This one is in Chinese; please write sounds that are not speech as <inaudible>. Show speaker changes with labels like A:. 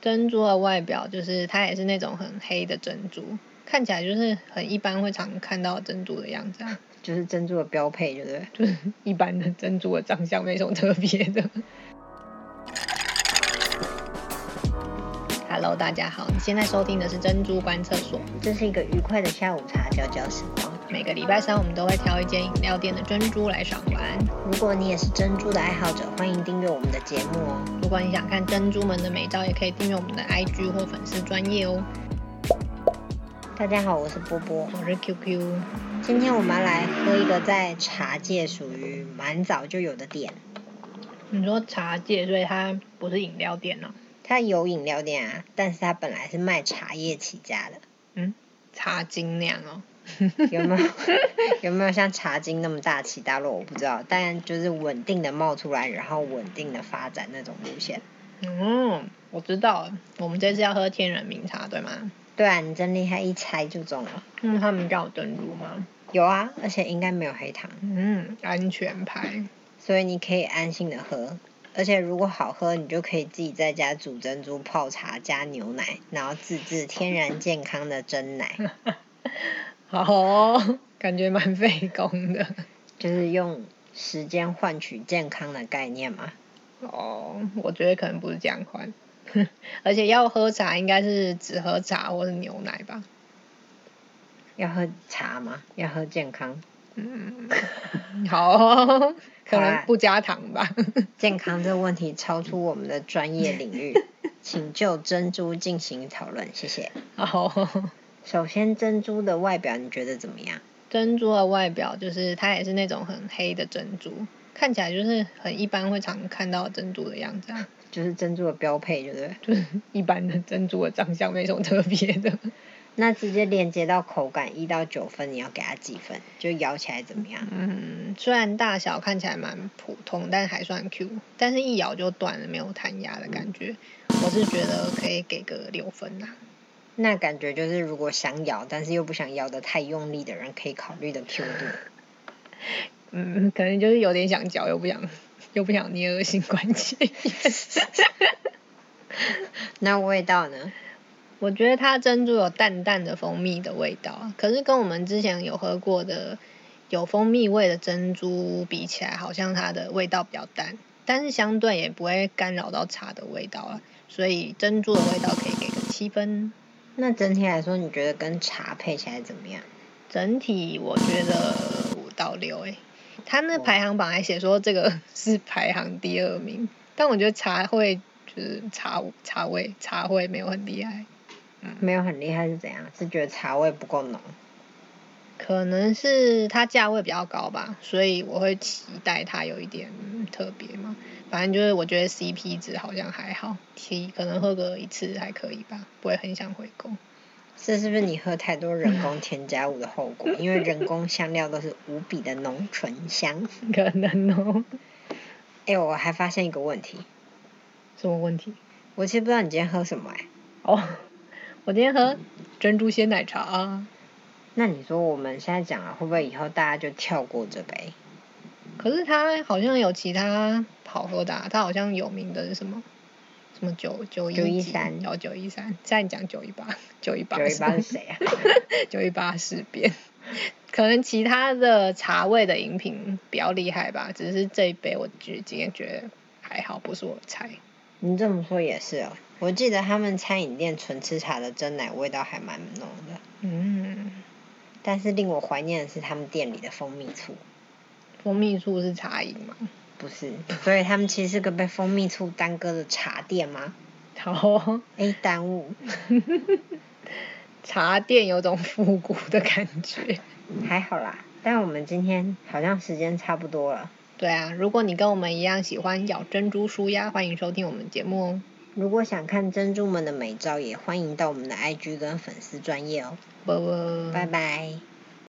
A: 珍珠的外表就是它也是那种很黑的珍珠，看起来就是很一般会常看到珍珠的样子啊， <laughs>
B: 就是珍珠的标配，对不对？
A: 就是一般的珍珠的长相没什么特别的。Hello，大家好，你现在收听的是珍珠观测所。
B: 这是一个愉快的下午茶，交交时光。
A: 每个礼拜三我们都会挑一间饮料店的珍珠来赏玩。
B: 如果你也是珍珠的爱好者，欢迎订阅我们的节目哦。
A: 如果你想看珍珠们的美照，也可以订阅我们的 IG 或粉丝专业哦。
B: 大家好，我是波波。
A: 我是 QQ，
B: 今天我们要来喝一个在茶界属于蛮早就有的店，
A: 你说茶界，所以它不是饮料店哦。
B: 它有饮料店啊，但是它本来是卖茶叶起家的，
A: 茶精那样哦，
B: 有没有？有没有像茶经那么大起大落？我不知道，但就是稳定的冒出来，然后稳定的发展那种路线。
A: 嗯，我知道了。我们这次要喝天人茗茶，对吗？
B: 对啊，你真厉害，一猜就中了。
A: 嗯，他们叫珍珠吗？
B: 有啊，而且应该没有黑糖，
A: 嗯，安全牌。
B: 所以你可以安心的喝。而且如果好喝，你就可以自己在家煮珍珠泡茶加牛奶，然后自制天然健康的真奶，
A: 好、哦，感觉蛮费工的。
B: 就是用时间换取健康的概念嘛。
A: 哦，我觉得可能不是这样换， <laughs> 而且要喝茶应该是只喝茶或是牛奶吧。
B: 要喝茶吗？要喝健康，
A: 嗯， <laughs> 好、哦，可
B: 好
A: 能
B: 啦
A: 不加糖吧。 <laughs>
B: 健康这个问题超出我们的专业领域，请就珍珠进行讨论，谢谢。
A: 好、哦，
B: 首先，珍珠的外表你觉得怎么样？
A: 珍珠的外表就是它也是那种很黑的珍珠，看起来就是很一般会常看到珍珠的样子啊。
B: 就是珍珠的标配，对不对？
A: 就是 <laughs> 一般的珍珠的长相没什么特别的。
B: 那直接连接到口感，一到九分，你要给它几分？就咬起来怎么样？
A: 嗯，虽然大小看起来蛮普通，但还算 Q，但是一咬就断了，没有弹牙的感觉。我是觉得可以给个六分啦、
B: 那感觉就是，如果想咬，但是又不想咬的太用力的人，可以考虑的 Q 度。
A: 嗯，可能就是有点想嚼，又不想，又不想捏恶心关节。 <laughs>
B: 那味道呢？
A: 我觉得它珍珠有淡淡的蜂蜜的味道，啊可是跟我们之前有喝过的有蜂蜜味的珍珠比起来，好像它的味道比较淡，但是相对也不会干扰到茶的味道啊，所以珍珠的味道可以给个七分。
B: 那整体来说，你觉得跟茶配起来怎么样？
A: 整体我觉得五到六诶、它那排行榜还写说这个 <laughs> 是排行第二名，但我觉得茶会就是茶茶味茶会没有很厉害。
B: 没有很厉害是怎样？是觉得茶味不够浓？
A: 可能是它价位比较高吧，所以我会期待它有一点嗯特别嘛。反正就是我觉得 CP 值好像还好，提可能喝个一次还可以吧，不会很想回购。
B: 这是不是你喝太多人工添加物的后果？因为人工香料都是无比的浓醇香。
A: 可能哦， <laughs>
B: 哎、我还发现一个问题，
A: 什么问题？
B: 我其实不知道你今天喝什么哎、
A: 哦，我今天喝珍珠鲜奶茶啊，
B: 那你说我们现在讲了，会不会以后大家就跳过这杯？
A: 可是它好像有其他好喝的、啊，它好像有名的是什么？什么九九一
B: 913
A: 哦九一三，再讲九一八九一八
B: 九一八是谁啊？ <laughs>
A: <laughs> 九一八事变。可能其他的茶味的饮品比较厉害吧，只是这一杯我觉今天觉得还好，不是我的菜。
B: 你这么说也是哦。我记得他们餐饮店纯吃茶的真奶味道还蛮浓的，
A: 嗯，
B: 但是令我怀念的是他们店里的蜂蜜醋，
A: 蜂蜜醋是茶饮嘛？
B: 不是？所以他们其实是个被蜂蜜醋耽搁的茶店吗？
A: 然后
B: 哎，耽误。
A: 茶店有种复古的感觉。
B: 还好啦，但我们今天好像时间差不多了。
A: 对啊，如果你跟我们一样喜欢咬珍珠舒压，欢迎收听我们的节目哦。
B: 如果想看珍珠们的美照，也欢迎到我们的 IG 跟粉丝专业哦。
A: 啵啵，
B: 拜拜。